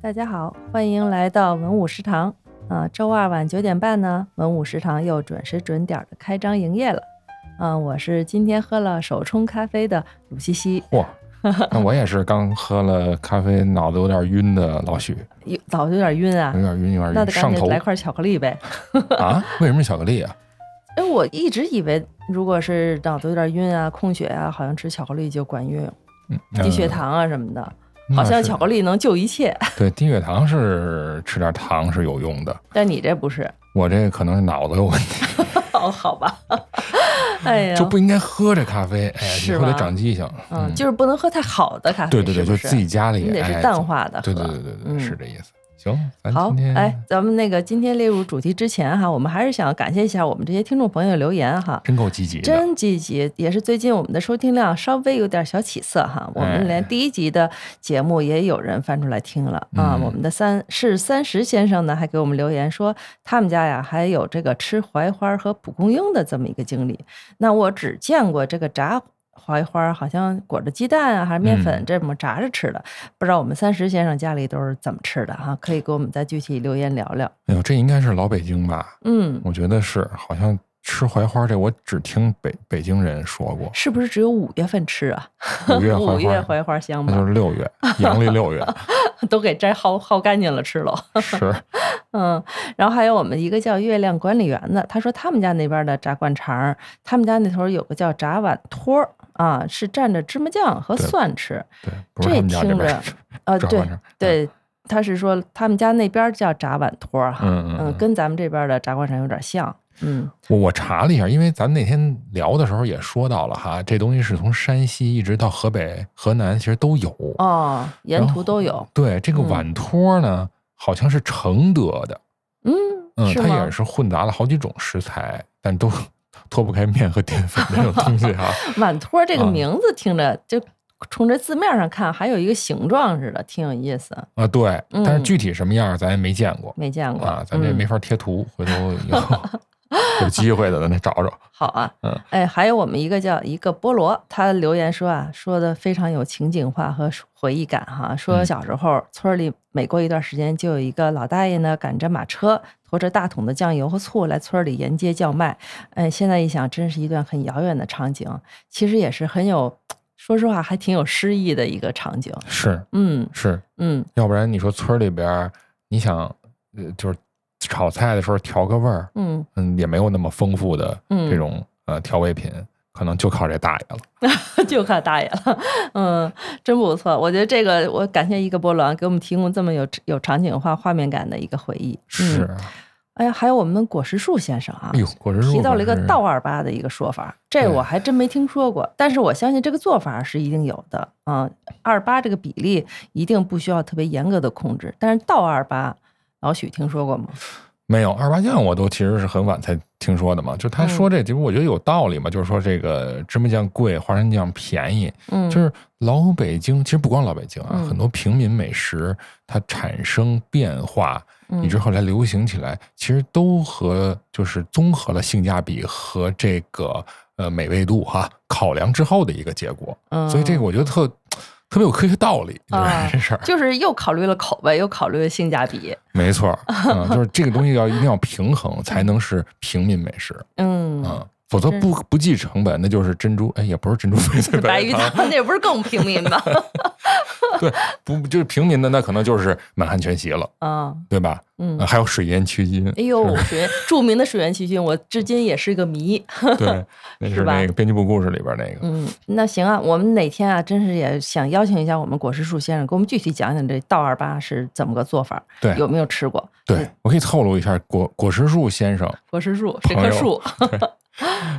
大家好，欢迎来到文武食堂。呃，周二晚九点半呢，文武食堂又准时准点的开张营业了。嗯、我是今天喝了手冲咖啡的鲁西西，嚯，那我也是刚喝了咖啡，脑子有点晕的老许，有早就有点晕啊有，点晕，有那点晕，得赶嗯上紧头来块巧克力呗。啊？为什么巧克力啊？哎，我一直以为如果是脑子有点晕啊、空血啊，好像吃巧克力就管用，嗯，低血呃糖啊什么的，那好像是巧克力能救一切。 对低血糖是吃点糖是有用的，但你这不是，我这可能是脑子有问题，哦，好吧， 哎呀，就不应该喝这咖啡，哎呀，以是后得吧长记性。嗯，就是不能喝太好的咖啡，对对对，是不就是自己家里你得哎是淡化的喝。对对对对对，嗯是这意思。行，咱好今，天哎，咱们那个今天列入主题之前哈，我们还是想感谢一下我们这些听众朋友留言哈，真够积极的，真积极，也是最近我们的收听量稍微有点小起色哈，我们连第一集的节目也有人翻出来听了啊。哎嗯我们的三是三十先生呢，还给我们留言说他们家呀还有这个吃槐花和蒲公英的这么一个经历。那我只见过这个炸。槐花好像裹着鸡蛋啊，还是面粉嗯这么炸着吃的，不知道我们三十先生家里都是怎么吃的哈、可以给我们再具体留言聊聊。哎呦，这应该是老北京吧？嗯，我觉得是，好像吃槐花这我只听北北京人说过，是不是只有五月份吃啊？五月槐 花，五月槐花香那吧就，是六月，阳历 六月都给摘薅薅干净了吃喽。是，嗯，然后还有我们一个叫月亮管理员的，他说他们家那边的炸灌肠儿，他们家那头有个叫炸碗托儿啊，是蘸着芝麻酱和对蒜吃。对，不是他们家这听边着儿嗯吃呃，炸对灌肠对，他是说他们家那边叫炸碗托儿哈，嗯嗯嗯跟咱们这边的炸灌肠有点像。嗯，我我查了一下，因为咱们那天聊的时候也说到了哈，这东西是从山西一直到河北、河南，其实都有，哦，沿嗯然途后都有。对，这个嗯碗托呢，好像是承德的，嗯，嗯，是它吗也？是混杂了好几种食材，但都 脱不开面和淀粉这种东西哈、 碗托儿这个啊名字听着就。从这字面上看，还有一个形状似的，挺有意思，啊。对，嗯但是具体什么样儿咱也没见过、没见过啊，咱这嗯没法贴图，回头 以后有机会的咱再找找。好啊，嗯，哎，还有我们一个叫一个菠萝，他留言说啊，说的非常有情景化和回忆感哈，说嗯小时候村里每过一段时间就有一个老大爷呢，赶着马车。驮着大桶的酱油和醋来村里沿街叫卖，哎，现在一想，真是一段很遥远的场景。其实也是很有，说实话，还挺有诗意的一个场景。是嗯是，嗯，要不然你说村儿里边儿，你想，呃，就是炒菜的时候调个味儿，嗯，嗯，也没有那么丰富的嗯这种、呃调味品，可能就靠这大爷了。 就看大爷了，嗯，真不错。我觉得这个，我感谢一个波浪给我们提供这么有有场景化、画面感的一个回忆。嗯是，哎呀，还有我们果实树先生啊，哎呦，果实树提到了一个可是倒二八的一个说法，这我还真没听说过，但是我相信这个做法是一定有的啊。二八这个比例一定不需要特别严格的控制，但是倒二八，老许听说过吗？没有二八酱，我都其实是很晚才听说的嘛。就嗯他说这，其实我觉得有道理嘛，就是说这个芝麻酱贵，花生酱便宜，嗯，就是老北京，其实不光老北京啊，嗯很多平民美食它产生变化，以至嗯后来流行起来，其实都和就是综合了性价比和这个呃美味度哈、考量之后的一个结果。嗯，所以这个我觉得特特别有科学道理，你知道啊吧这事儿。就是又考虑了口味，又考虑了性价比，没错 儿，嗯，就是这个东西要一定要平衡，才能是平民美食嗯，啊， 否则是不不计成本，那就是珍珠，哎，也不 是珍珠翡翠白白鱼糖，汤那不是更平民吗？不就是平民的，那可能就是满汉全席了，啊，对吧？嗯啊。还有水淹曲菌，哎呦，水 源著名的水源奇菌，我至今也是个谜。 对，那是是吧那个编辑部故事里边那个，嗯，那行啊，我们哪天啊，真是也想邀请一下我们果实树先生，给我们具体讲讲这倒二八是怎么个做法，对有没有吃过？对我可以透露一下，果果实树先 生，果实树这棵朋友啊树，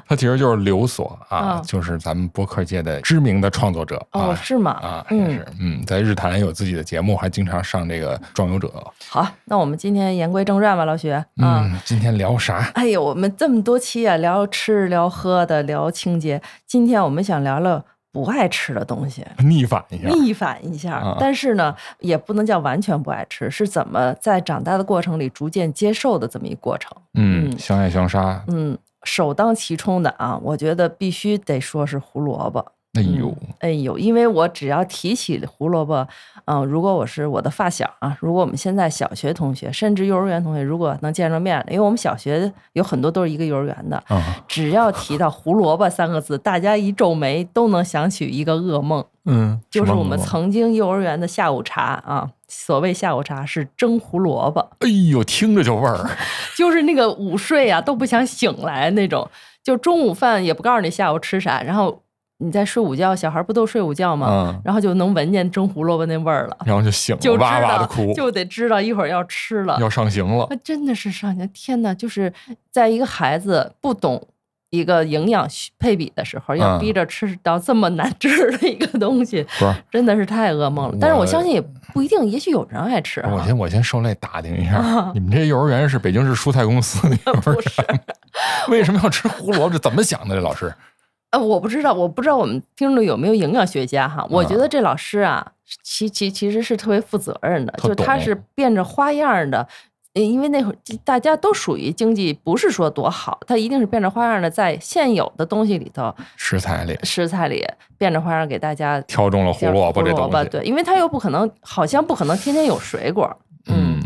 他其实就是刘所啊，嗯就是咱们播客界的知名的创作者哦，啊。是吗？啊，也嗯，是，嗯，在日坛有自己的节目，还经常上这个《壮游者》。好，那我们今天言归正传吧，老许啊。嗯，今天聊啥？ 哎呦，我们这么多期啊，聊吃、聊喝的，聊清洁。今天我们想聊聊不爱吃的东西，逆反一下。逆反一下。啊但是呢，也不能叫完全不爱吃，是怎么在长大的过程里逐渐接受的这么一个过程。嗯嗯，相爱相杀。嗯，首当其冲的啊，我觉得必须得说是胡萝卜。哎呦，哎呦，因为我只要提起胡萝卜，嗯、如果我是我的发小啊，如果我们现在小学同学，甚至幼儿园同学，如果能见着面了，因为我们小学有很多都是一个幼儿园的，啊，只要提到胡萝卜三个字，大家一皱眉都能想起一个噩梦，嗯，就是我们层。曾经幼儿园的下午茶啊。所谓下午茶是蒸胡萝卜， 哎呦，听着就味儿。就是那个午睡啊都不想醒来那种，就中午饭也不告诉你下午吃啥，然后你在睡午觉，小孩不都睡午觉吗？嗯，然后就能闻见蒸胡萝卜那味儿了，然后就醒就了，知哇哇道的哭，就得知道一会儿要吃了。要上刑了那。真的是上年天呐，就是在一个孩子不懂一个营养需配比的时候，要嗯逼着吃到这么难吃的一个东西，不是，真的是太噩梦了。但是我我相信也不一定，也许有人爱吃、啊。我先我先受累打听一下啊，你们这幼儿园是北京市蔬菜公司的幼 儿不是，园， 为什么要吃胡萝卜？这怎么想的？这老师，呃，我不知道，我不知道我们听众有没有营养学家哈。我觉得这老师啊，其其其实是特别负责任的，他就是他懂是变着花样儿的。呃因为那会儿大家都属于经济不是说多好，他一定是变着花样的在现有的东西里头食材里食材里变着花样给大家挑中了胡萝卜这胡萝东卜，西，对，因为他又不可能，好像不可能天天有水果。嗯，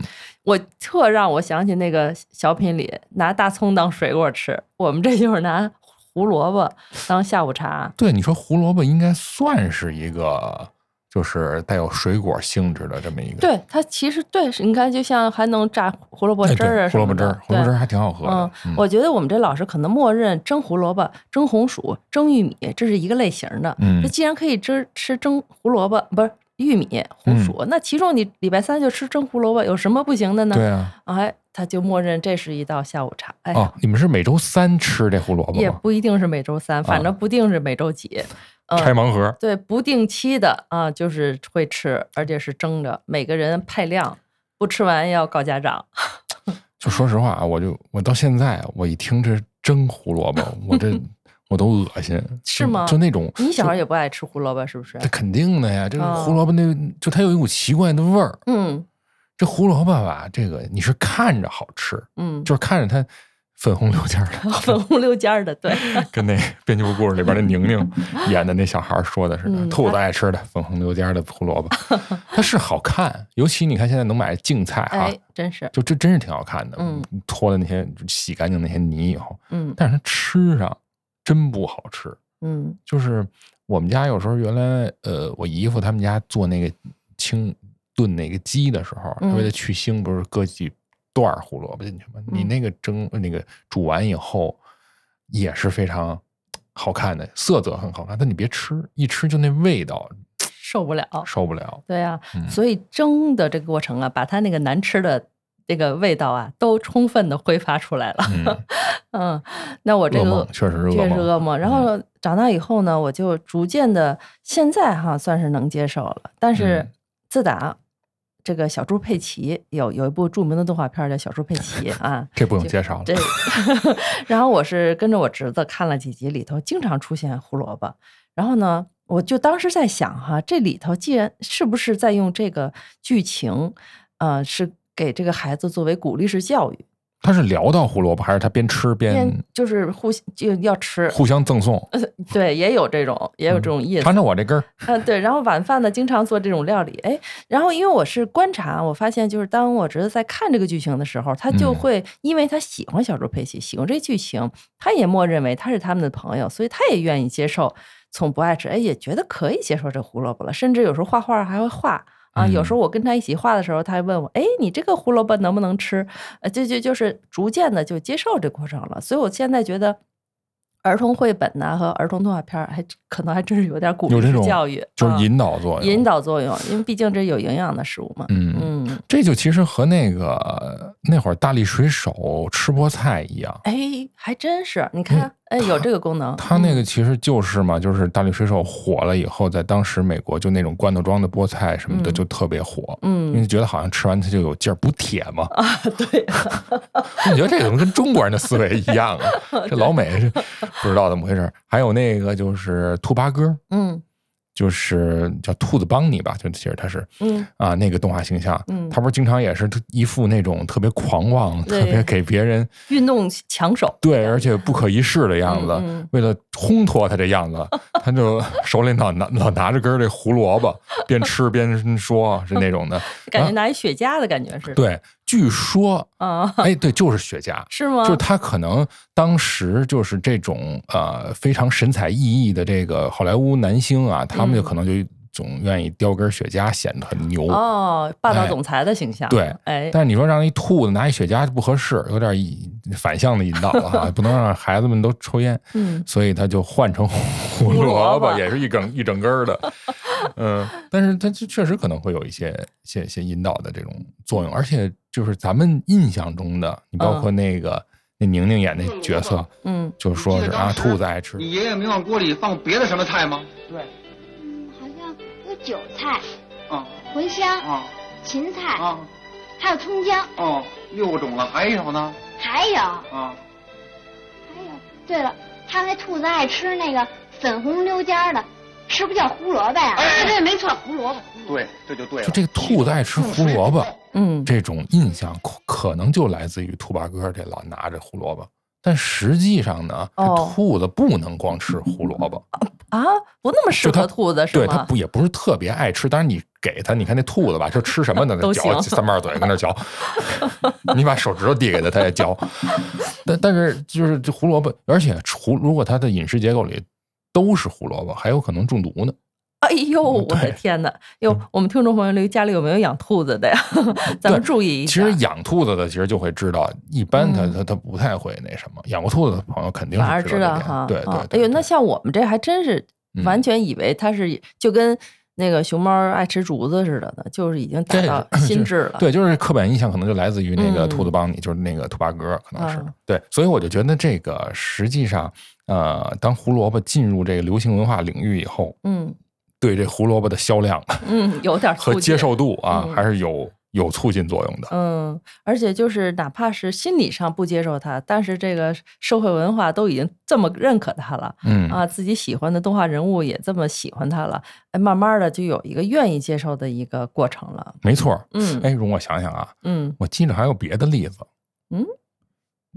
我特让我想起那个小品里拿大葱当水果吃，我们这就是拿胡萝卜当下午茶。对，你说胡萝卜应该算是一个，就是带有水果性质的这么一个，对，它其实对，是你看，就像还能榨胡萝卜哎，汁儿啊对，胡什萝卜么汁的儿，，胡萝卜汁对儿还挺好喝的嗯，，我觉得我们这老师可能默认蒸胡萝卜、蒸红薯、蒸玉米这是一个类型的。嗯那既然可以吃吃蒸胡萝卜，不是玉米、嗯红薯，那其中你礼拜三就吃蒸胡萝卜，有什么不行的呢？对啊，哎，他就默认这是一道下午茶。哎呀，哦，你们是每周三吃这胡萝卜也吗？不一定是每周三，啊反正不定是每周几。嗯拆盲盒，对，不定期的啊，就是会吃，而且是蒸着，每个人派量，不吃完要告家长。就说实话啊，我就我到现在，我一听这蒸胡萝卜， 我这我都恶心，是就吗就那种，你小孩也不爱吃胡萝卜是不是这？肯定的呀，这哦胡萝卜那就它有一股奇怪的味儿。嗯这胡萝卜吧，这个你是看着好吃，嗯，就是看着它粉红柳尖儿的，粉红溜尖儿的， 对，跟那《编辑部故事》里边那宁宁演的那小孩说的似的，嗯兔子爱吃的粉红柳尖儿的胡萝卜，它是好看，尤其你看现在能买净菜啊哎。，真是，就这真是挺好看的，嗯，脱了那些洗干净那些泥以后，嗯但是它吃上真不好吃。嗯就是我们家有时候原来呃，我姨父他们家做那个清炖那个鸡的时候，他嗯为了去腥，不是搁几段儿胡萝卜进去吗？你嗯那个蒸那个煮完以后也是非常好看的，色泽很好看，但你别吃，一吃就那味道受不了。受不了。对啊，嗯所以蒸的这个过程啊，把它那个难吃的那个味道啊，都充分的挥发出来了。 嗯，嗯，那我这噩个梦确实是确噩实梦。噩梦。然后长大以后呢，我就逐渐的，现在哈算是能接受了。但是嗯，自打这个小猪佩奇有有一部著名的动画片儿叫《小猪佩奇》啊这不用介绍了这， 然后我是跟着我侄子看了几集，里头经常出现胡萝卜。然后呢，我就当时在想哈，这里头既然是不是在用这个剧情，呃，是给这个孩子作为鼓励式教育，他是聊到胡萝卜，还是他边吃边边就是互相就要吃，互相赠送？对，也有这种也有这种意思。尝尝我这根儿，嗯，对，然后晚饭呢，经常做这种料理，哎，然后因为我是观察，我发现就是当我侄子在看这个剧情的时候，他就嗯会，因为他喜欢小猪佩奇，喜欢这剧情，他也默认为他是他们的朋友，所以他也愿意接受从不爱吃，哎，也觉得可以接受这胡萝卜了，甚至有时候画画还会画。啊，有嗯时候我跟他一起画的时候，他还问我：“哎，你这个胡萝卜能不能吃？”呃，这就就是逐渐的就接受这过程了。所以我现在觉得，儿童绘本呐、和儿童动画片儿还可能还真是有点鼓有励这式种教育，就是啊引导作用。引导作用，因为毕竟这有营养的食物嘛。嗯，嗯，这就其实和那个那会儿大力水手吃菠菜一样，哎，还真是，你看，哎，有这个功能。嗯他那嗯个其实就是嘛，就是大力水手火了以后，在当时美国就那种罐头装的菠菜什么的嗯就特别火，嗯因为觉得好像吃完它就有劲儿，补铁嘛。啊， 对，你觉得这怎么跟中国人的思维一 样哦啊？这老美是不知道怎么回事儿。还有那个就是兔八哥，嗯就是叫兔子帮你吧，就其实他是嗯啊那个动画形象，嗯他，不是经常也是一副那种特别狂妄、对特别给别人运动强手，对，而且不可一世的样子。嗯嗯为了烘托他这样 子，他就手里老拿老拿着根儿这胡萝卜，边吃边说，是那 种的。感觉拿一雪茄的感觉似的。啊对，据 说，啊，哎，对，就是雪茄，是吗？就是他可能当时就是这种呃非常神采奕奕的这个好莱坞男星啊，他们就嗯可能就总愿意叼根雪茄，显得很牛。哦，霸道哎总裁的形象。对，哎，但是你说让一兔子拿一雪茄不合适，有点以反向的引导了 哈，不能让孩子们都抽烟，嗯所以他就换成胡胡萝萝卜，卜也是一整一整根儿的。嗯，但是它就确实可能会有一些一些一些引导的这种作用，而且就是咱们印象中的，你包括那个、那宁宁演那角色，嗯，就说是啊，兔子爱吃，你爷爷没往锅里放别的什么菜吗？嗯，好像有韭菜、啊茴香、啊芹菜，啊！还有葱姜，哦，六种了，还有呢？还有啊，还有。对了，他那兔子爱吃那个粉红溜尖儿的，是不是叫胡萝卜呀？哎对，没错，胡萝卜。对，这就对了。就这个兔子爱吃胡萝卜，嗯，这种印象可可能就来自于兔八哥这老拿着胡萝卜。但实际上呢，这哦兔子不能光吃胡萝卜，啊，不那么适就它合兔子是对它吗？不也不是特别爱吃。当然你给它，你看那兔子吧，就吃什么呢？ 都嚼行三瓣嘴跟 那嚼，你把手指头递给它，它也嚼。但但是就是这胡萝卜，而且除如果它的饮食结构里都是胡萝卜，还有可能中毒呢。哎呦，我的嗯对天哪！哟，我们听众朋友里家里有没有养兔子的呀？ 咱们注意一其下。实养兔子的其实就会知道，一般它嗯它它不太会那什么。养过兔子的朋友肯定反而是知道道这点哈。对啊对对。哎呦，那对像我们这还真是嗯完全以为它是就跟那个熊猫爱吃竹子似的呢，就是已经这打到就心智了。对，就是刻板印象可能就来自于那个嗯兔子帮你，就是那个兔八哥，可能是啊对。所以我就觉得这个实际上，呃，当胡萝卜进入这个流行文化领域以后，嗯对这胡萝卜的销量 嗯，有点和促接进受度啊，嗯还是有有促进作用的。嗯，而且就是哪怕是心理上不接受它，但是这个社会文化都已经这么认可它了。嗯啊，自己喜欢的动画人物也这么喜欢它了，哎，慢慢的就有一个愿意接受的一个过程了。没错儿。嗯哎，容我想想啊，嗯，我记着还有别的例子。嗯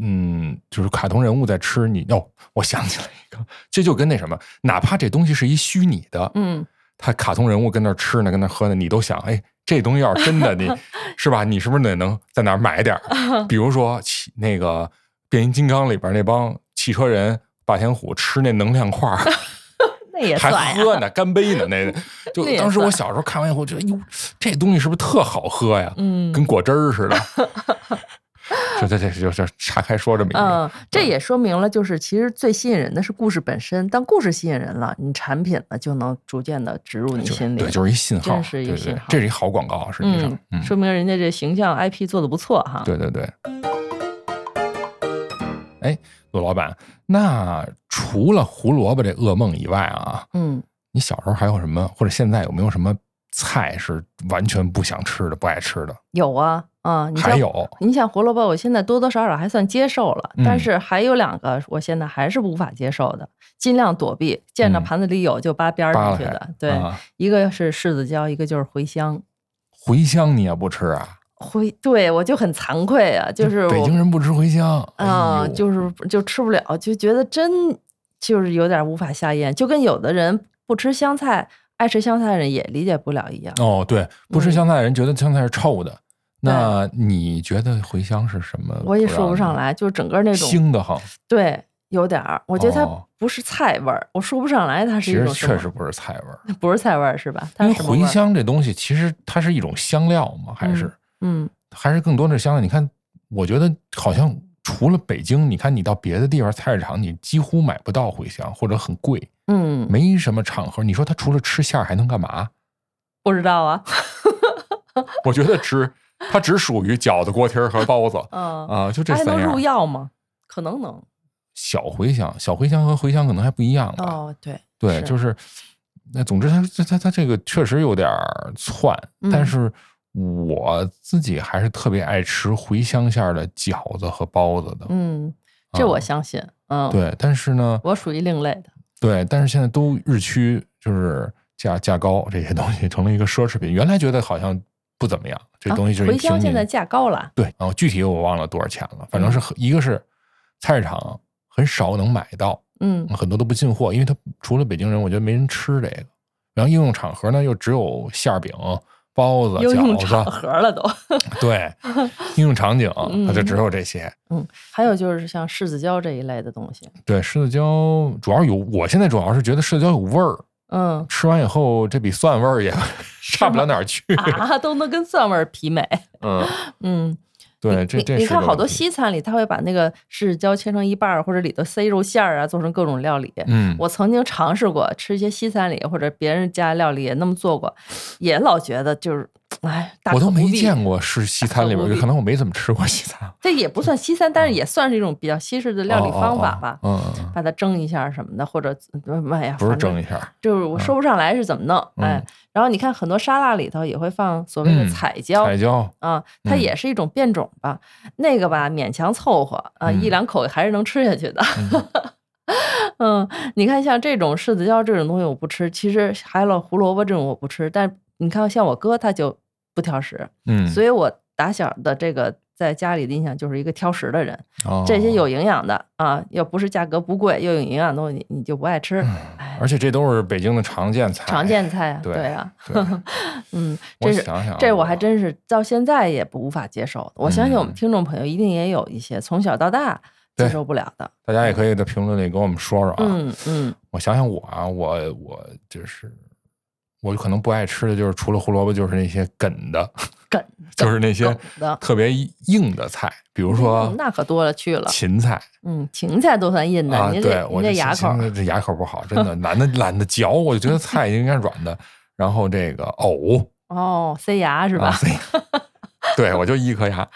嗯就是卡通人物在吃你哦，我想起来一个，这就跟那什么，哪怕这东西是一虚拟的，嗯，他卡通人物跟那儿吃呢，跟那儿喝呢，你都想，哎，这东西要是真的，你是吧？你是不是得能在哪儿买点儿？比如说汽那个《变形金刚》里边那帮汽车人。霸天虎吃那能量块儿，那也算还呀。喝呢，干杯呢，那就那也当时我算小时候看完以后，觉得哟，这东西是不是特好喝呀？嗯，跟果汁儿似的。就这这就是岔开说这么一个，嗯，这也说明了，就是其实最吸引人的是故事本身。当故事吸引人了，你产品呢就能逐渐的植入你就心里。对，就是一信号，真是一对对信对号这是一好广告，实际上嗯，，说明人家这形象 IP 做的不错哈。对对对。哎，陆老板，那除了胡萝卜这噩梦以外啊，嗯，你小时候还有什么，或者现在有没有什么菜是完全不想吃的、不爱吃的？有啊啊，你还像有，你想胡萝卜，我现在多多少少还算接受了，嗯但是还有两个我现在还是无法接受的，尽量躲避，见着嗯盘子里有就扒边儿扒拉上去开的。对，啊一个是柿子椒，一个就是茴香。茴香你也不吃啊？茴，对我就很惭愧啊，就是北我京人不吃茴香啊、哎呦就是就吃不了，就觉得真就是有点无法下咽，就跟有的人不吃香菜，爱吃香菜的人也理解不了一样。哦，对，不吃嗯香菜的人觉得香菜是臭的，那你觉得茴香是什么？我也说不上让来，就是整个那你，种腥的很，对，有点儿，我觉得它哦不是菜味儿，我说不上来它是其一实种什么确实不是菜味儿。不是菜味儿是吧？它因为是什么味茴儿？香这东西，其实它是一种香料嘛，还是、嗯，还是更多的是香料。你看，我觉得好像除了北京，你看你到别的地方菜市场，你几乎买不到茴香，或者很贵，嗯，没什么场合。你说它除了吃馅儿还能干嘛？ 不知道 啊，我觉得只它只属于饺子、锅贴儿和包子嗯，啊，就这它还三能样入儿。啊药吗？可能能小茴香，小茴香和茴香可能还不一样吧？哦，对对，就是是，那总之他他他他这个确实有点儿窜，但嗯是我自己还是特别爱吃茴香馅儿的饺子和包子的。嗯，这我啊相信，嗯，，对，但是呢，我属于另类的，对，但是现在都日趋就是价价高，这些东西成了一个奢侈品。原来觉得好像不怎么样，这东西就是一哦啊茴平香民现在价嗯高了，对，然后具体我忘了多少钱了，反正是很一个是菜市场很少能买到，嗯很多都不进货，因为它除了北京人，我觉得没人吃这个。然后应用场合呢，又只有馅儿饼、包子、应用场饺子，合了都。 对，应用场景它就只有这些。嗯，还有就是像柿子椒这一类的东西，对，柿子椒主要有，我现在主要是觉得柿子椒有味儿，嗯吃完以后这比蒜味儿也 差不了哪儿去。啊，都能跟蒜味儿媲美。 嗯，嗯，对，你这你这你是看个好多问题，西餐里，他会把那个柿子椒切成一半儿，或者里头塞肉馅儿啊，做成各种料理。嗯，我曾经尝试过吃一些西餐里或者别人家料理也那么做过，也老觉得就是，哎，大我都可不没必见，过是西餐里边大可不儿，必可能我没怎么吃过西餐这也不算西餐，但是也算是一种比较西式的料理方法吧。嗯嗯嗯，把它蒸一下什么的，或者嗯哎呀，不是反正蒸一下，就是我说不上来是怎么弄，嗯哎，然后你看很多沙拉里头也会放所谓的嗯彩椒，彩椒，啊，它嗯也是一种变种吧，那个吧勉强凑合啊，嗯一两口还是能吃下去的。嗯 嗯，你看像这种柿子椒这种东西我不吃，其实还有胡萝卜这种我不吃，但你看像我哥他就不挑食，嗯，所以我打小的这个在家里的印象就是一个挑食的人。哦这些有营养的啊，要不是价格不贵又有营养的东西，你就不爱吃。哎而且这都是北京的常见菜。常见菜啊，嗯哎对啊，对， 嗯，我这是想想，啊这我还真是到现在也不无法接受。我相信我们嗯听众朋友一定也有一些从小到大接对受不了的。大家也可以在评论里跟我们说说啊。嗯嗯我想想我啊，我我就是我可能不爱吃的就是除了胡萝卜，就是那些梗的，梗 就是那些梗的特别硬的菜，比如说嗯那可多了去了。芹菜嗯，芹菜都算硬的，啊，您对这您我这牙口儿，这牙口不好，真的懒得懒得嚼，我就觉得菜应该软的。然后这个藕哦，塞牙是啊吧？所以 对，我就一颗牙，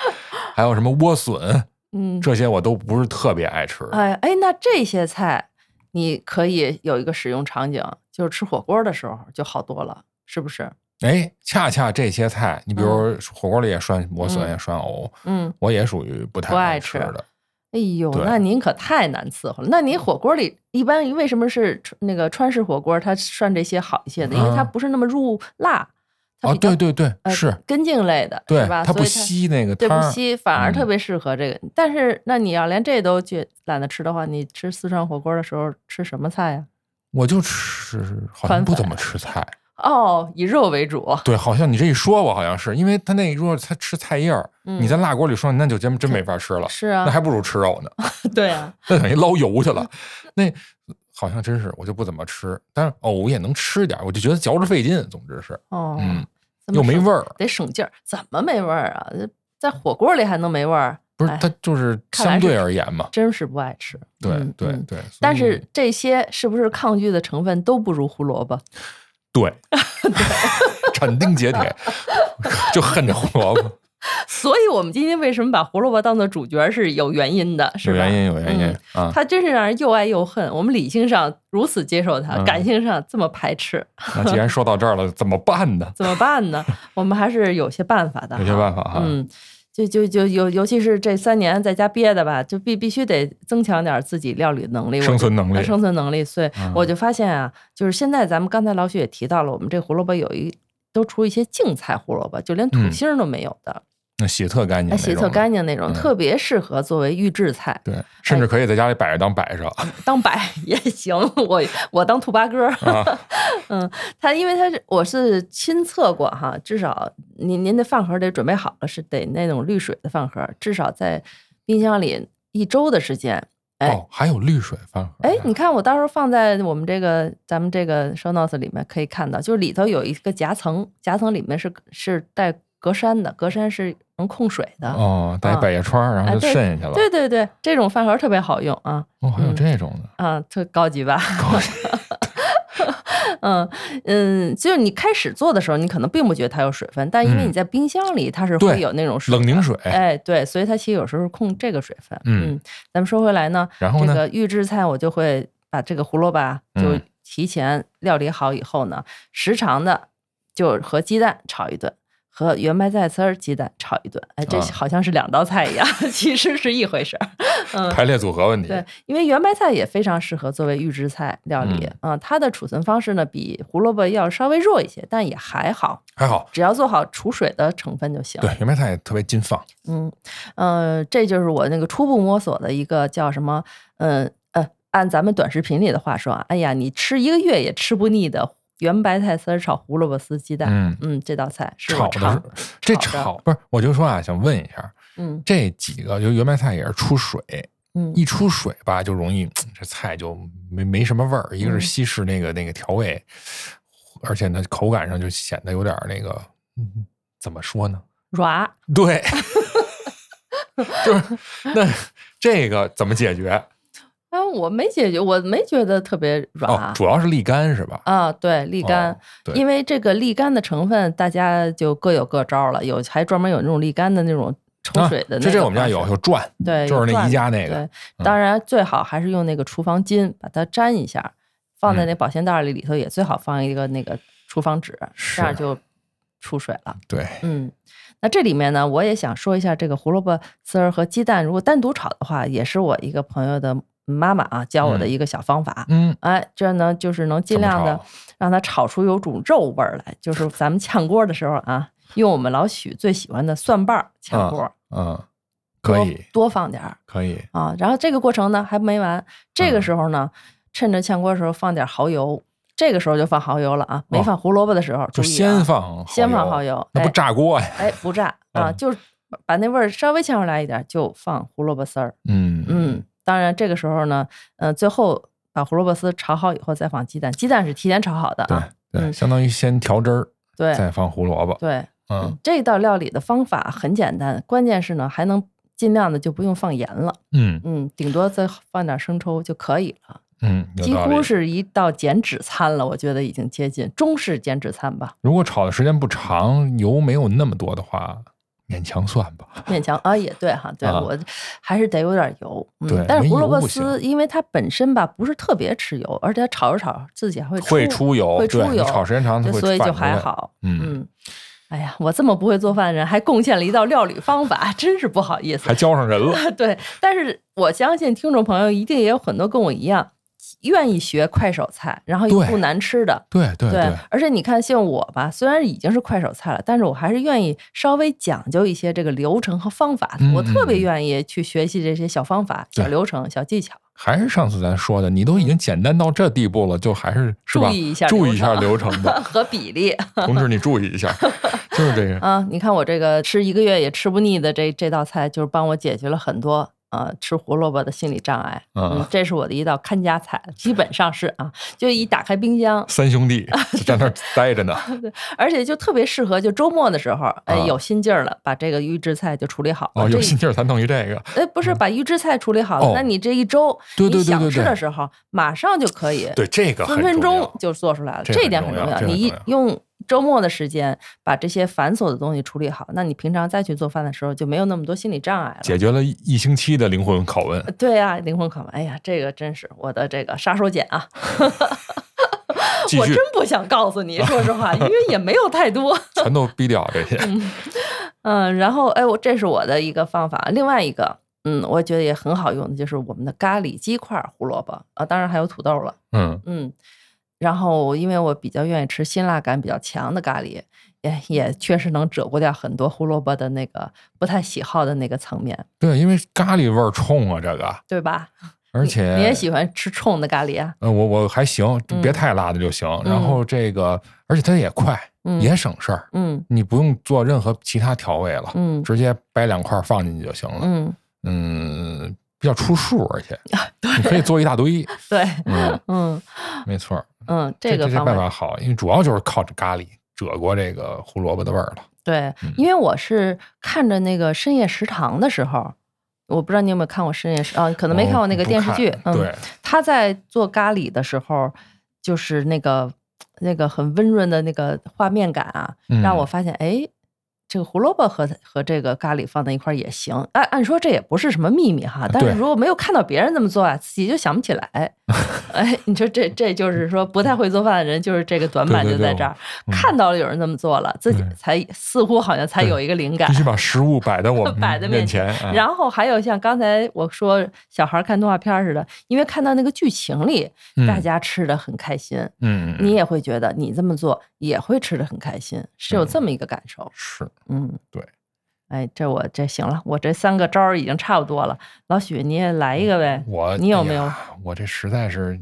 还有什么莴笋，嗯，这些我都不是特别爱吃。哎哎，那这些菜你可以有一个使用场景，就是吃火锅的时候就好多了，是不是？哎，恰恰这些菜，你比如火锅里也涮莴笋，嗯也涮藕，嗯，我也属于不太不爱吃吃的。哎呦，对嗯那您可太难伺候了。那您火锅里一般为什么是川那个川式火锅，它涮这些好一些的？因为它嗯不是那么入辣，它啊，比较对对对，呃是，根茎类的，对是吧？，它所不以吸那个对汤不儿，吸，反而特嗯别适合这个。但是那你要连这都觉懒得吃的话，你吃四川火锅的时候吃什么菜呀、我就吃，好宽像不粉怎么吃菜。哦，以肉为主，对，好像你这一说，我好像是，因为它那如果它吃菜叶儿，嗯你在辣锅里涮，那就真真没法吃了，是那啊，还不如 吃肉呢，对 啊，那等于捞油去 了。那好像真是，我就不怎么吃，但是藕也能吃点儿，我就觉得嚼着费劲，总之是，哦，嗯，这么又没省味儿，得省劲儿，怎么没味儿啊？在火锅里还能没味儿？不是哎它就是看来相是对而言嘛。真是不爱吃。对嗯对嗯对，所但以是这些是不是抗拒的成分都不如胡萝卜？ 对，斩钉截铁，就恨这胡萝卜，所以我们今天为什么把胡萝卜当做主角是有原因的， 是有吧？原因有原因嗯啊。它真是让人又爱又恨。我们理性上如此接受它，嗯感性上这么排斥， 那既然说到这儿了，怎么办呢？怎么办 呢？我们还是有些办法的哈，有些办法哈，嗯，就就就尤尤其是这三年在家憋的吧，就必必须得增强点自己料理能力，生存能我就力呃，生存能力。所以嗯我就发现啊，就是现在咱们刚才老许也提到了，我们这胡萝卜有一都出一些净菜胡萝卜，就连土嗯星儿都没有的，那洗特干净那那种的，洗特干哎净那种，嗯特别适合作为预制菜，对，甚至可以在家里摆着当摆设当摆 也行。我我当兔八哥儿，啊。 嗯，它因为它是我是亲测过哈，至少您您的饭盒得准备好了，是得那种滤水的饭盒，至少在冰箱里一周的时间。哎哦，还有绿水饭盒呀。啊哎，你看我到时候放在我们这个咱们这个 show notes 里面可以看到，就是里头有一个夹层，夹层里面是是带格栅的，格栅是能控水的。哦，带啊百叶窗儿，然哎后就对渗下去了。对对对，这种饭盒特别好用啊哦，还有嗯这种的，啊，特高级吧？高级 嗯嗯，就是你开始做的时候，你可能并不觉得它有水分，但因为嗯你在冰箱里，它是会对有那种水冷凝水。哎，对，所以它其实有时候是控这个水分。嗯嗯，咱们说回来呢，然后这呢，个预制菜我就会把这个胡萝卜啊就嗯提前料理好以后呢，时常的就和鸡蛋炒一顿，和圆白菜丝儿鸡蛋炒一顿，哎，这啊好像是两道菜 一样，其实是一回事儿。排列组合问题。对，因为圆白菜也非常适合作为预制菜料理嗯啊、它的储存方式呢比胡萝卜要稍微弱一些，但也还好，还好，只要做好储水的成分就行。对，圆白菜也特别禁放，嗯，呃，这就是我那个初步摸索的一个叫什么，嗯呃，按咱们短视频里的话说啊，哎呀，你吃一个月也吃不腻的圆白菜丝儿炒胡萝卜丝鸡蛋，嗯，嗯这道菜是炒我的尝，是这炒的炒不是，我就说啊，想问一下，嗯这几个就圆白菜也是出水，嗯一出水吧就容易这菜就没没什么味儿，一个是嗯稀释那个那个调味，而且呢口感上就显得有点儿那个，嗯怎么说呢？软， 对，就是那这个怎么解决？啊，我没解决，我没觉得特别软哦啊，，主要是沥干是吧？啊，对，沥干，哦对因为这个沥干的成分，大家就各有各招儿了，有还专门有那种沥干的那种抽啊水的那个、这这我们家有，有转，对，就是有那转宜的家那个，嗯对，当然最好还是用那个厨房巾把它粘一下，放在嗯那保鲜袋里，里头也最好放一个那个厨房纸，是这样就出水了。对，嗯，那这里面呢，我也想说一下这个胡萝卜丝儿和鸡蛋，如果单独炒的话，也是我一个朋友的妈妈啊教我的嗯一个小方法。嗯，哎，这样呢，就是能尽怎么量的炒啊让它炒出有种肉味儿来。就是咱们炝锅的时候啊，用我们老许最喜欢的蒜瓣儿炝锅，嗯，多可以，多放点儿可以，啊。然后这个过程呢还没完，这个嗯时候呢，趁着炝锅的时候放点蚝油，这个时候就放蚝油了啊。没哦放胡萝卜的时候，注就意啊先放先放蚝，油，那哎不炸锅呀？哎不炸啊，嗯就是把把那味儿稍微呛出来一点，就放胡萝卜丝儿。嗯嗯，当然这个时候呢，嗯、最后把胡萝卜丝炒好以后再放鸡蛋，鸡蛋是提前炒好的对啊。对，嗯相当于先调汁儿，对再放胡萝卜，对，嗯这道料理的方法很简单，关键是呢还能尽量的就不用放盐了，嗯嗯，顶多再放点生抽就可以了，啊嗯，有几道理乎。是一道减脂餐了，我觉得已经接近中式减脂餐吧，如果炒的时间不长，油没有那么多的话，勉强算吧。勉强啊也对哈，对、啊我还是得有点油，嗯对，但没是胡萝油卜不丝行因为它本身吧不是特别吃油，而且它炒着炒着自己还会会出油，会出对，你油炒时间长它就会所以反就出还来。好，嗯，嗯。哎呀，我这么不会做饭的人，还贡献了一道料理方法，真是不好意思还。浇上人了。 对，但是我相信听众朋友一定也有很多跟我一样，愿意学快手菜，然后又对不难吃的。对哎对对，而且你看，像我吧，虽然已经是快手菜了，但是我还是愿意稍微讲究一些这个流程和方法的。嗯我特别嗯嗯愿意去学习这些小方法、对小流程、小技巧。还是上次咱说的，你都已经简单到这地步了，就还是是吧？嗯注意一下注流意一下程流程 吧，和比例同志，你注意一下，就是这个。啊，你看我这个吃一个月也吃不腻的这这道菜，就是帮我解决了很多啊、呃吃胡萝卜的心理障碍。 嗯啊，这是我的一道看家菜，基本上是啊，就一打开冰箱，三兄弟就在那儿待 着呢，而且就特别适合，就周末的时候，哎，啊有心劲儿了，把这个预制菜就处理好了。哦，嗯这有心劲儿咱弄一这个，哎，不是把预制菜处理好了，嗯哦那你这一周对对对你对想吃对的时候，马上就可以，对这个分很分重钟要就做出来了。这这一很点重很要重要，这很你一重要用周末的时间把这些繁琐的东西处理好，那你平常再去做饭的时候就没有那么多心理障碍了。解决了一一星期的灵魂拷问。 对啊，灵魂拷问，哎呀，这个真是我的这个杀手锏啊！ 继我续真，不想告诉你，说实 话，因为也没有太多。全都逼掉这些。嗯，然后哎，我这是我的一个方法，另外一个，嗯，我觉得也很好用的就是我们的咖喱鸡块儿胡萝卜啊，当然还有土豆了，嗯，嗯。然后因为我比较愿意吃辛辣感比较强的咖喱，也也确实能折顾掉很多胡萝卜的那个不太喜好的那个层面，对，因为咖喱味儿冲啊，这个，对吧？而你且你也喜欢吃冲的咖喱啊？呃，我我还行，嗯别太辣的就行。然后这个，而且它也快，嗯也省事儿，嗯你不用做任何其他调味了，嗯直接掰两块儿放进去就行了。嗯，啊嗯，比较出数，而且你可以做一 大堆。对，嗯，嗯没错儿，嗯，这个这方办法法好，因为主要就是靠着咖喱折过这个胡萝卜的味儿了。对，因为我是看着那个《深夜食堂》的时候，我不知道你有没有看过《深夜食》啊，可可能没看过那个电视剧。嗯，对，他在做咖喱的时候，就是那个那个很温润的那个画面感啊，嗯让我发现，哎，这个胡萝卜和和这个咖喱放在一块儿也行。按按说这也不是什么秘密哈，但是对啊 如果没有看到别人这么做啊，自己就想不起来。哎，你说这这就是说不太会做饭的人，就是这个短板对就对在对这儿，嗯看到了有人这么做了，自己对才似乎好像才有一个灵感必。须把食物摆在我 们摆在面面前。啊然后还有像刚才我说小孩看动画片儿似的，因为看到那个剧情里嗯大家吃的很开心，嗯，嗯你也会觉得你这么做也会吃的很开心，是有这么一个感受。是嗯，嗯对。哎，这我这行了，我这三个招儿已经差不多了。老许，你也来一个呗？嗯我你有没？哎有呀我这实在是，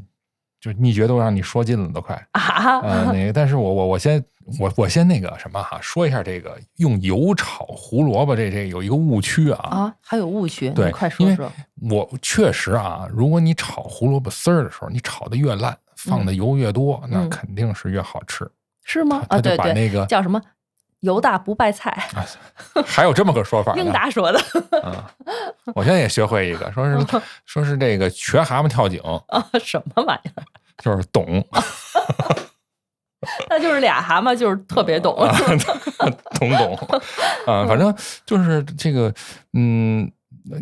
就秘诀都让你说尽了，都快。啊？呃，那个，但是我我我先我我先那个什么哈，说一下这个用油炒胡萝卜这这有一个误区啊。 啊，还有误区，你对，快说说。因为我确实啊，如果你炒胡萝卜丝儿的时候，你炒的越烂，放的油越多，那嗯肯定是越好吃。是吗？他啊，他就对把对，那个叫什么？油大不败菜，还有这么个说法呢英达说的。 啊！我现在也学会一个，说是嗯说是这个瘸蛤蟆跳井，啊，什么玩意儿？就是懂 那就是俩蛤蟆，就是特别呃懂。啊懂懂啊，反正就是这个嗯。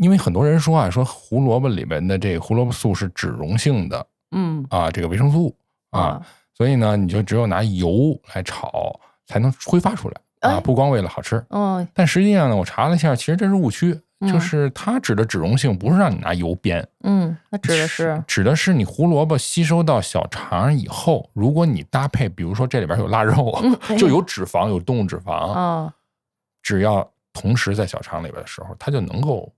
因为很多人说啊，说胡萝卜里面的这个胡萝卜素是脂溶性的，嗯啊这个维生素啊，，所以呢，你就只有拿油来炒才能挥发出来哎啊，不光为了好吃。嗯但实际上呢，我查了一下，其实这是误区，就嗯是它指的脂溶性不是让你拿油煸，嗯，那指的是指的是你胡萝卜吸收到小肠以后，如果你搭配，比如说这里边有腊肉嗯哎， 就有脂肪，有动物脂肪，啊，只要同时在小肠里边的时候，它就能够。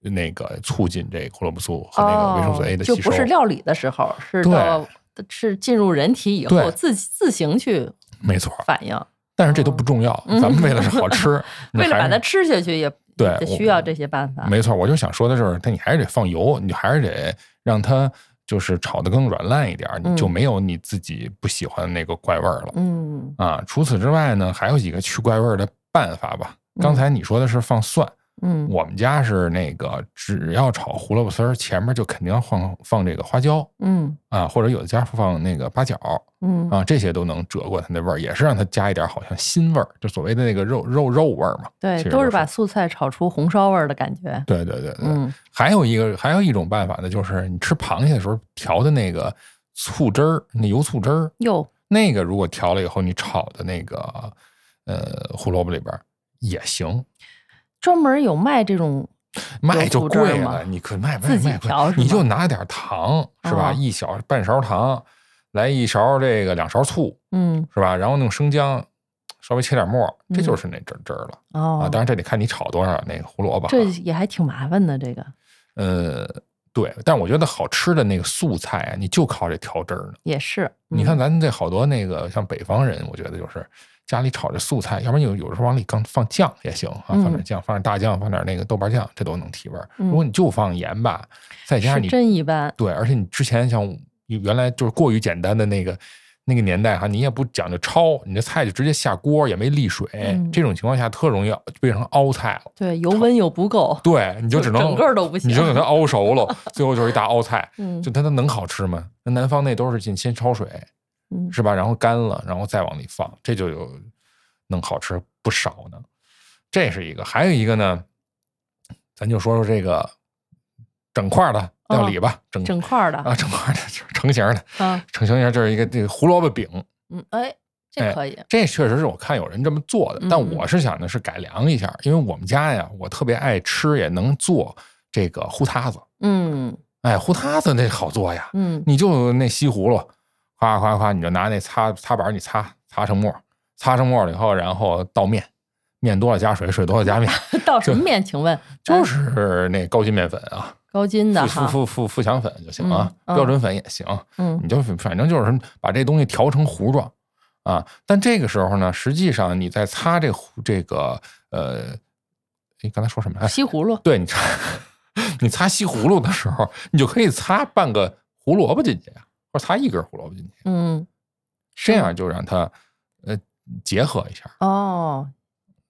那个促进这胡萝卜素和那个维生素 A 的哦就吸收，不是料理的时候，是对到是进入人体以后对自自行去没错。反应，但是这都不重要，嗯 咱们为了是好吃，你为了还把是它吃下去也对得我需要这些办法。没错，我就想说的是，但你还是得放油，你还是得让它就是炒的更软烂一点，嗯你就没有你自己不喜欢的那个怪味儿了、嗯啊。除此之外呢，还有几个去怪味儿的办法吧。嗯刚才你说的是放蒜，嗯我们家是那个只要炒胡萝卜丝儿，前面就肯定要放放这个花椒嗯啊，或者有的家放那个八角嗯啊，这些都能遮过它那味儿，也是让它加一点好像腥味儿，就所谓的那个肉肉肉味儿嘛。对其，实都就是是把素菜炒出红烧味儿的感觉。对对对对，嗯还有一个还有一种办法呢，就是你吃螃蟹的时候调的那个醋汁儿，那油醋汁儿，哟，那个如果调了以后，你炒的那个呃胡萝卜里边儿也行，专门有卖这种卖就醋汁儿贵吗了，你可卖卖自己卖贵调是，吗你就拿点糖是吧？哦一小半勺糖，来一勺这个两勺醋嗯是吧？然后弄生姜，稍微切点末儿，这嗯就是那汁儿汁儿了、哦啊。当然这得看你炒多少那个胡萝卜啊，这也还挺麻烦的，这个呃，对，但我觉得好吃的那个素菜啊，你就靠这调汁儿呢。也是。你看嗯，咱这好多那个像北方人，我觉得就是家里炒这素菜，要不然有有时候往里刚放酱也行啊，放嗯点酱，放点大酱，放点那个豆瓣酱，这都能提味儿。嗯如果你就放盐吧，再加上是你真一般。对，而且你之前像原来就是过于简单的那个。那个年代哈，你也不讲究焯，你这菜就直接下锅，也没沥水，嗯这种情况下特容易变成凹菜了。对，油温又不够，对，你就只能整个儿都不行。你就给它熬 熟了，最后就是一大凹菜。嗯就它它能好吃吗？那南方那都是进先焯水嗯是吧？然后干了，然后再往里放，这就有能好吃不少呢。这是一个，还有一个呢，咱就说说这个整块儿的料理吧，整哦整块儿的啊整块儿的就是成型儿的，啊，成型儿的这是一个这个胡萝卜饼，嗯，哎，这哎可以，这确实是我看有人这么做的嗯，但我是想的是改良一下，因为我们家呀，我特别爱吃，也能做这个糊塌子。嗯哎，糊塌子那好做呀，嗯你就那西葫芦，夸夸夸，你就拿那擦擦板儿，你擦擦成沫儿，擦成沫儿了以后，然后倒面，面多了加水，水多了 加面，到什么面？请问就是那高筋面粉啊，高筋的富富哈，富富富强粉就行啊，嗯嗯标准粉也行，嗯你就反正就是把这东西调成糊状啊。但这个时候呢，实际上你在擦这糊这个呃，你刚才说什么？哎，西葫芦，对你擦 你擦西葫芦的时候，你就可以擦半个胡萝卜进去呀，或者擦一根胡萝卜进去，嗯这样就让它呃结合一下，哦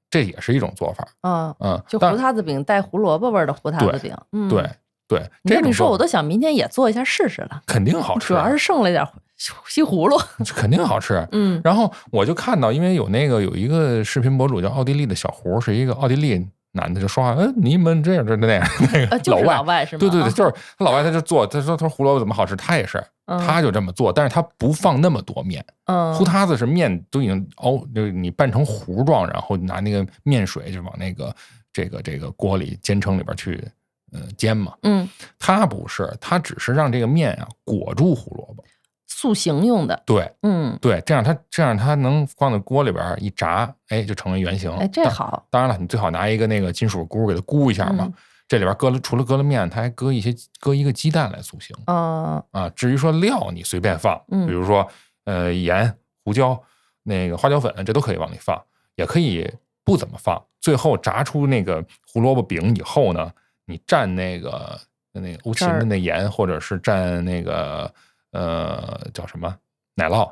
这也是一种做法。啊，嗯，就但胡塌子饼带胡萝卜味儿的胡塌子对饼，嗯，对。对，你这么种一说，做我都想明天也做一下试试了。肯定好吃主要啊，是剩了点儿西西葫芦，肯定好 吃。嗯然后我就看到，因为有那个有一个视频博主叫奥地利的小胡，是一个奥地利男的就说话，嗯、你们这样这那样，那个、呃，就是外老外是吗？对对对，啊，就是他老外他就做，他说他说胡萝卜怎么好吃，他也是，嗯他就这么做，但是他不放那么多面，嗯，糊塌子是面都已经熬，就是你拌成糊状，然后拿那个面水就往那个这个这个锅里煎铛里边去呃煎嘛。嗯，他不是，他只是让这个面啊裹住胡萝卜，塑形用的，对嗯，对，这样它这样它能放在锅里边一炸，哎，就成了原型。哎，这当好，当然了，你最好拿一个那个金属箍给它箍一下嘛。嗯这里边搁了除了搁了面，它还搁一些搁一个鸡蛋来塑形嗯啊。至于说料，你随便放，嗯比如说呃盐、胡椒、那个花椒粉，这都可以往里放，也可以不怎么放。最后炸出那个胡萝卜饼以后呢，你蘸那个那个欧汁芹儿的那盐，或者是蘸那个呃叫什么奶酪、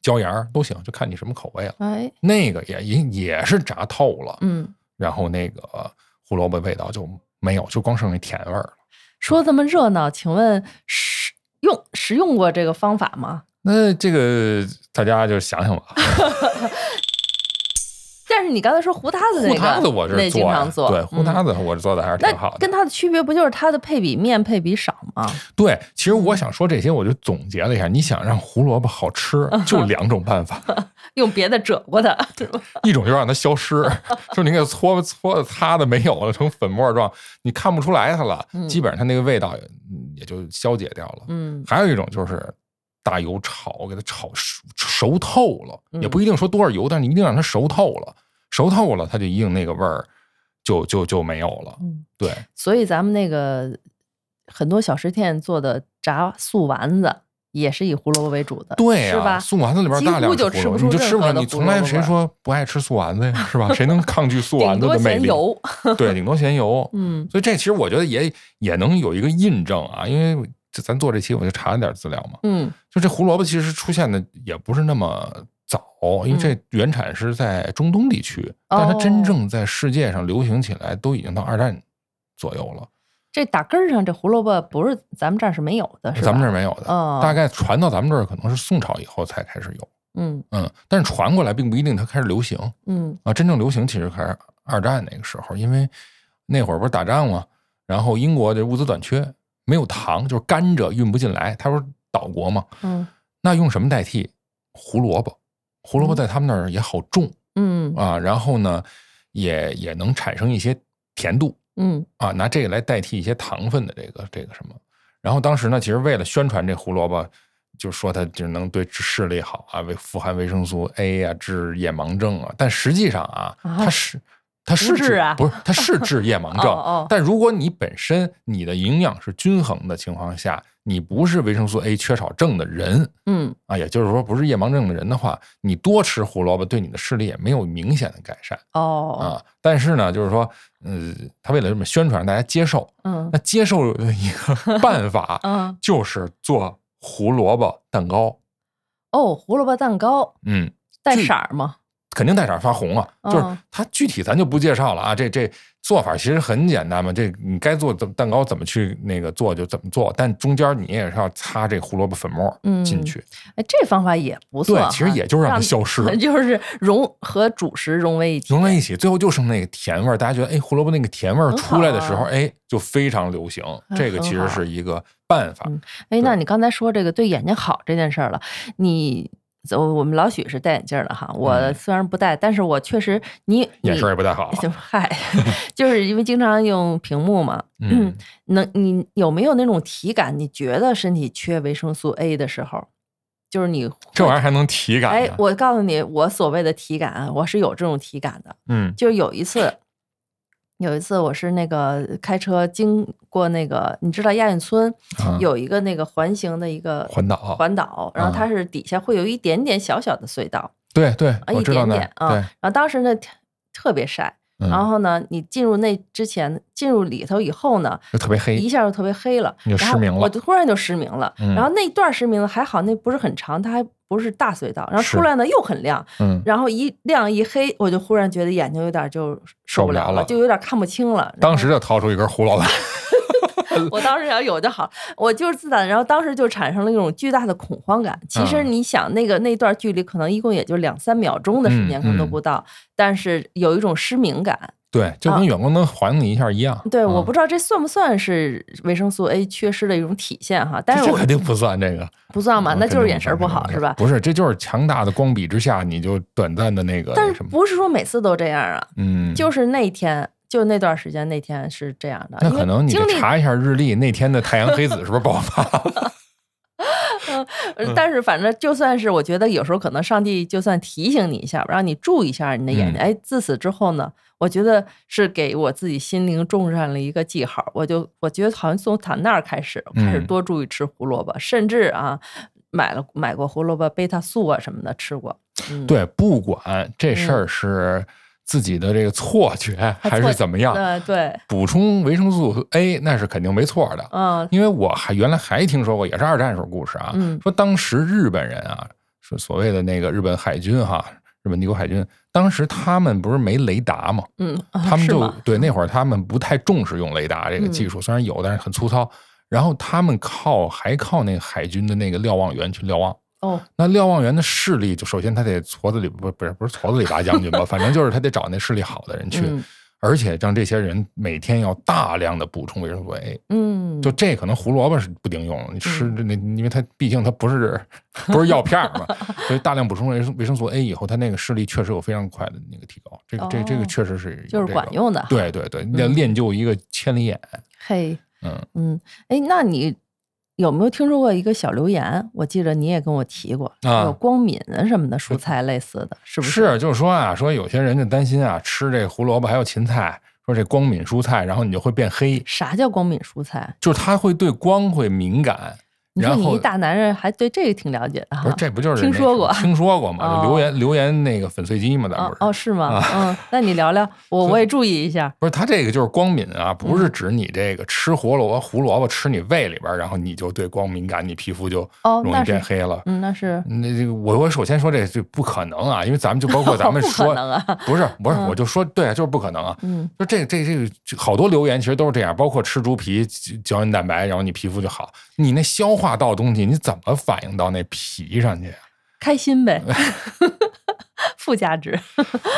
椒盐儿都行，就看你什么口味了。哎，那个也也也是炸透了，嗯，然后那个胡萝卜味道就没有，就光剩那甜味儿了。说这么热闹，请问使用使用过这个方法吗？那这个大家就想想吧，但是你刚才说糊塌子那糊个，塌子我是那经做呀常做，对糊嗯塌子我是做的还是挺好那的。跟它的区别不就是它的配比面配比少 吗？对，其实我想说这些，我就总结了一下，你想让胡萝卜好吃，嗯就两种 办法，用别的折 过它，对吧？一种就让它 消失，就是你给它搓搓擦的没有了，成粉末状，你看不出来它了，嗯基本上它那个味道也也就消解掉了。嗯还有一种就是大油炒，给它炒熟熟透了，嗯也不一定说多少油，但是你一定让它熟透了，熟透了它就一定那个味儿就就就没有了。嗯，对，所以咱们那个很多小吃店做的炸素丸子也是以胡萝卜为主的，对呀、是吧？素丸子里边大量几乎就是胡吃不萝卜出你就吃不任何的出，你胡从萝来卜味谁儿说不爱吃素丸子呀？是吧？谁能抗拒素顶丸子多的魅嫌力？油， 对，顶多嫌油。嗯所以这其实我觉得也也能有一个印证啊，因为这咱做这期我就查了点资料嘛，嗯就这胡萝卜其实出现的也不是那么早，因为嗯这原产是在中东地区，但它哦真正在世界上流行起来都已经到二战左右了，这打根儿上这胡萝卜不是咱们这儿是没有的，是吧？咱们这儿没有的。哦大概传到咱们这儿可能是宋朝以后才开始有，嗯嗯，但是传过来并不一定它开始流行嗯啊，真正流行其实还是二战那个时候，因为那会儿不是打仗嘛，然后英国这物资短缺，没有糖，就是甘蔗运不进来，它不是岛国嘛，嗯那用什么代替？胡萝卜，胡萝卜在他们那儿也好种嗯啊，然后呢，也也能产生一些甜度嗯啊，拿这个来代替一些糖分的这个这个什么。然后当时呢，其实为了宣传这胡萝卜，就说它就能对视力好啊，为富含维生素 A 啊，治夜盲症啊。但实际上啊，啊它是它是不治啊不是它是治 夜盲症。哦哦但如果你本身你的营养是均衡的情况下，你不是维生素 A 缺少症的人，嗯啊，也就是说不是夜盲症的人的话，你多吃胡萝卜对你的视力也没有明显的改善哦啊。但是呢，就是说，呃，他为了这么宣传，让大家接受，嗯那接受的一 个办法嗯就是做胡萝卜蛋糕，哦，胡萝卜蛋糕嗯。带色儿吗？肯定带色儿发红啊，就是嗯它具体咱就不介绍了啊，这这做法其实很简单嘛，这你该做怎么蛋糕怎么去那个做就怎么做，但中间你也是要擦这胡萝卜粉末嗯进去，哎，这方法也不错对哈，，其实也就是让它让消失， 就是融和主食融为一体，融在一起，最后就剩那个甜味儿。大家觉得，哎，胡萝卜那个甜味儿很好出来的时候，啊哎，就非常流行。嗯这个其实是一个办法很好。哎，那对你刚才说这个对眼睛好这件事儿了，你我我们老许是戴眼镜儿的哈，我嗯虽然不戴，但是我确实你眼你，神儿也不太好 就嗨，就是因为经常用屏幕嘛，嗯，能你有没有那种体感？你觉得身体缺维生素 A 的时候，就是你这玩意意儿还能体感哎呢，。我告诉你，我所谓的体感啊，我是有这种体感的，嗯就有一次，有一次我是那个开车经过那个，你知道亚运村啊有一个那个环形的一个环岛嗯环岛，然后它是底下会有一点点小小的隧道，对对，啊，我一知道点那点儿啊。然后当时呢特特别晒，对，然嗯，后呢你进入那之前进入里头以后呢，就特别一黑，下就特别黑了，哎你就然失后明我了就突然就失明了。嗯然后那段失明了还好，那不是很长，它还不是大隧道。然后出是来呢又很亮，嗯，然后一亮一黑，我就忽然觉得眼睛有点就受受不不了了了就有点看不清了。然当后时就掏出一根胡萝卜，我当时要有就好，我就是自然，然后当时就产生了一种巨大的恐慌感。其实嗯你想，那个那段距离可能一共也就两三秒钟的时间，嗯可能都嗯不到，但是有一种失明感。对，就啊跟远光灯还你一下一样。对，我嗯不知道这算不算是维生素 A 缺失的一种体现哈，但是这我肯定不算这个不算嘛，嗯那肯就是定眼神儿不算好这是个吧？不是，这就是强大的光比之下，你就短暂的那个但那是什么，不是说每次都这样啊？嗯，就是那天，就那段时间，那天是这样的。那因为可能你经得历，查一下日历那天的太阳黑子是不是爆 发？嗯呃但是反正就算是，我觉得有时候可能上帝就算提醒你一下，让你注意一下你的眼睛。嗯哎，自此之后呢，我觉得是给我自己心灵种上了一个记号。我就我觉得好像从打那儿开始，开始嗯多注意吃胡萝卜，甚至啊买了买过胡萝卜贝塔素啊什么的吃过。嗯，对，不管这事儿是自己的这个错觉还错是怎么样，呃对，补充维生素 A 那是肯定没错的。嗯因为我还原来还听说过，也是二战时候故事啊，嗯说当时日本人啊，是所谓的那个日本海军哈，日本帝国海军，当时他们不是没雷达嘛，嗯，啊他们是就吗嗯对那会儿他们不太重视用雷达这个技术，虽然有，但是很粗糙。然后他们靠还靠那个海军的那个瞭望员去瞭望。哦，那瞭望员的视力，就首先他得矬子里不不是不是矬子里拔将军吧，反正就是他得找那视力好的人去，嗯而且让这些人每天要大量的补充维生素 A。嗯，就这可能胡萝卜是不顶用，你吃那因为它毕竟它不是不是药片儿嘛，所以大量补充维生维生素 A 以后，它那个视力确实有非常快的那个提高。这个这这哦个确实是有就是这管个。用的。啊嗯对对对，要练就一个千里眼。嘿，嗯嗯，哎，那你有没有听说过一个小留言？我记得你也跟我提过，啊有光敏啊什么的蔬菜类似的，是不是？就是说啊，说有些人就担心啊，吃这胡萝卜还有芹菜，说这光敏蔬菜，然后你就会变黑，啥叫光敏蔬菜？就是他会对光会敏感。你说然你后一大男人还对这个挺了解的不哈哦是？这不就是听那说什么过听说过嘛？就哦留言留言那个粉碎机嘛，咱不哦是哦，是吗？啊嗯，那你聊聊，我我也注意一下。不是，它这个就是光敏啊，嗯不是指你这个吃胡萝卜，胡萝卜吃你胃里边儿，然后你就对光敏感，你皮肤就哦容那易是变黑了。嗯，那是那这个我我首先说这这不可能啊，因为咱们 就包括咱们 不可说，能啊。不是不是，嗯我就说对啊，就是不可能啊。嗯就这这这这好多留言其实都是这样，包括吃猪皮胶原蛋白，然后你皮肤就好。你那消化道东西，你怎么反映到那皮上去？啊开心 呗，附加值。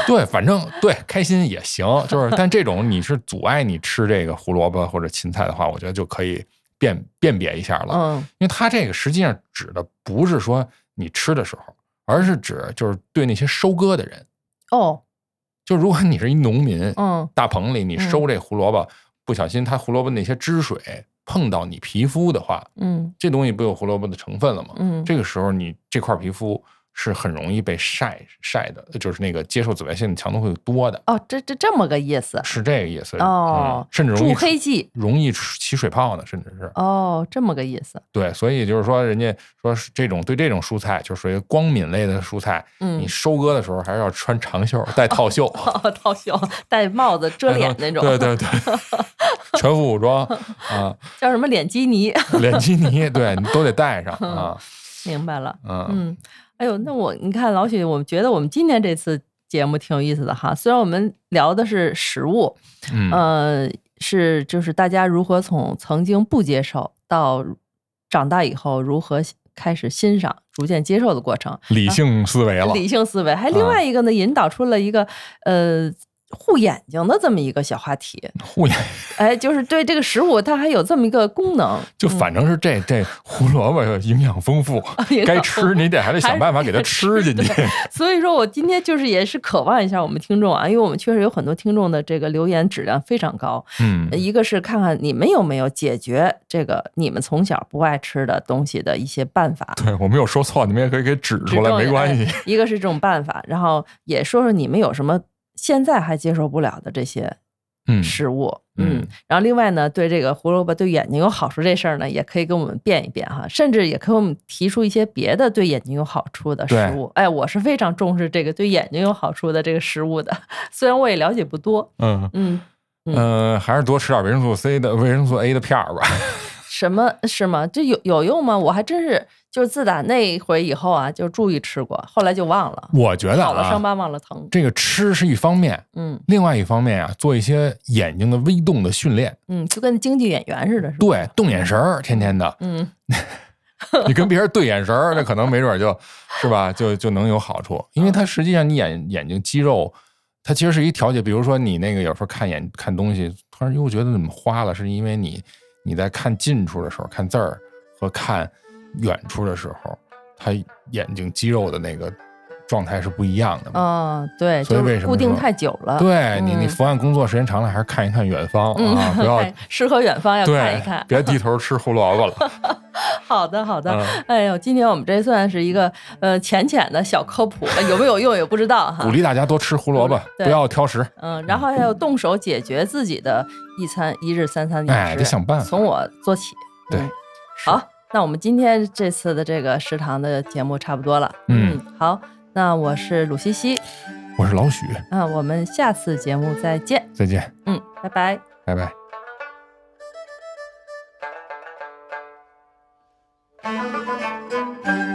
对，反正对开心也行，就是但这种你是阻碍你吃这个胡萝卜或者芹菜的话，我觉得就可以辨辨别一下了，嗯因为它这个实际上指的不是说你吃的时候，而是指就是对那些收割的人，哦就如果你是一农民，嗯大棚里你收这胡萝卜，不小心它胡萝卜那些汁水碰到你皮肤的话，嗯这东西不有胡萝卜的成分了吗？嗯这个时候你这块皮肤是很容易被晒晒的，就是那个接受紫外线的强度会多的。哦，这这这么个意思是这个意思哦嗯甚至容易助黑剂容易起水泡呢，甚至是哦，这么个意思。对，所以就是说，人家说是这种对这种蔬菜，就属于光敏类的蔬菜，嗯你收割的时候还是要穿长袖，带套袖，哦， 套袖、戴帽子、遮脸那种，嗯对对 对，全副武装啊，叫什么脸基尼？ 脸基尼，对你都得带上啊，明白了，嗯嗯，哎呦，那我你看老许，我们觉得我们今天这次节目挺有意思的哈，虽然我们聊的是食物，嗯呃，是就是大家如何从曾经不接受到长大以后如何开始欣赏、逐渐接受的过程，理性思维了，理性思维，嗯还另外一个呢，引导出了一个呃护眼睛的这么一个小话题，护眼哎，就是对这个食物它还有这么一个功能，就反正是这这胡萝卜营养丰富 营养丰富，该吃你得还得还想是办法给它得吃进去，所以说我今天就是也是渴望一下我们听众啊，因为我们确实有很多听众的这个留言质量非常高。嗯呃。一个是看看你们有没有解决这个你们从小不爱吃的东西的一些办法。对我没有说错，你们也可以给指出来，指没正关系。哎一个是这种办法，然后也说说你们有什么现在还接受不了的这些嗯，食物，嗯然后另外呢，对这个胡萝卜对眼睛有好处这事儿呢，也可以跟我们辩一辩哈，甚至也可以我们提出一些别的对眼睛有好处的食物。哎，我是非常重视这个对眼睛有好处的这个食物的， 虽然我也了解不多，嗯嗯，呃，还是多吃点维生素 C 的、维生素 A 的片儿吧。 什么是吗？这有有用吗？我还真是，就是自打那回以后啊，就注意吃过，后来就忘了，我觉得好了伤啊，疤忘了疼，这个吃是一方面，嗯另外一方面啊，做一些眼睛的微动的训练，嗯，就跟京剧演员似的，是吧？对，动眼神儿，天天的，嗯 你跟别人对眼神儿，那可能没准儿就是吧，就就能有好处，因为它实际上你眼眼睛肌肉。它其实是一调节。比如说你那个有时候看眼看东西，突然又觉得怎么花了，是因为你你在看近处的时候看字儿和看远处的时候，它眼睛肌肉的那个状态是不一样的嘛。嗯，对，所以就为是什么固定说太久了，对你，你嗯伏案工作时间长了，还是看一看远方嗯，啊，不要看诗和远方要看对一看，。别低头吃胡 萝卜了。好的，好的。嗯哎呦，今天我们这算是一个呃浅浅的小科普，有没有用也不知道哈鼓。励大家多吃胡萝卜，对不要挑食。嗯，然后还有动手解决自己的一餐一日三餐饮食，哎得想办法从我做起。对嗯是好，那我们今天这次的这个食堂的节目差不多了。嗯，好，那我是鲁西西，我是老许，那我们下次节目再见。再见，嗯，拜拜。拜拜。 Thank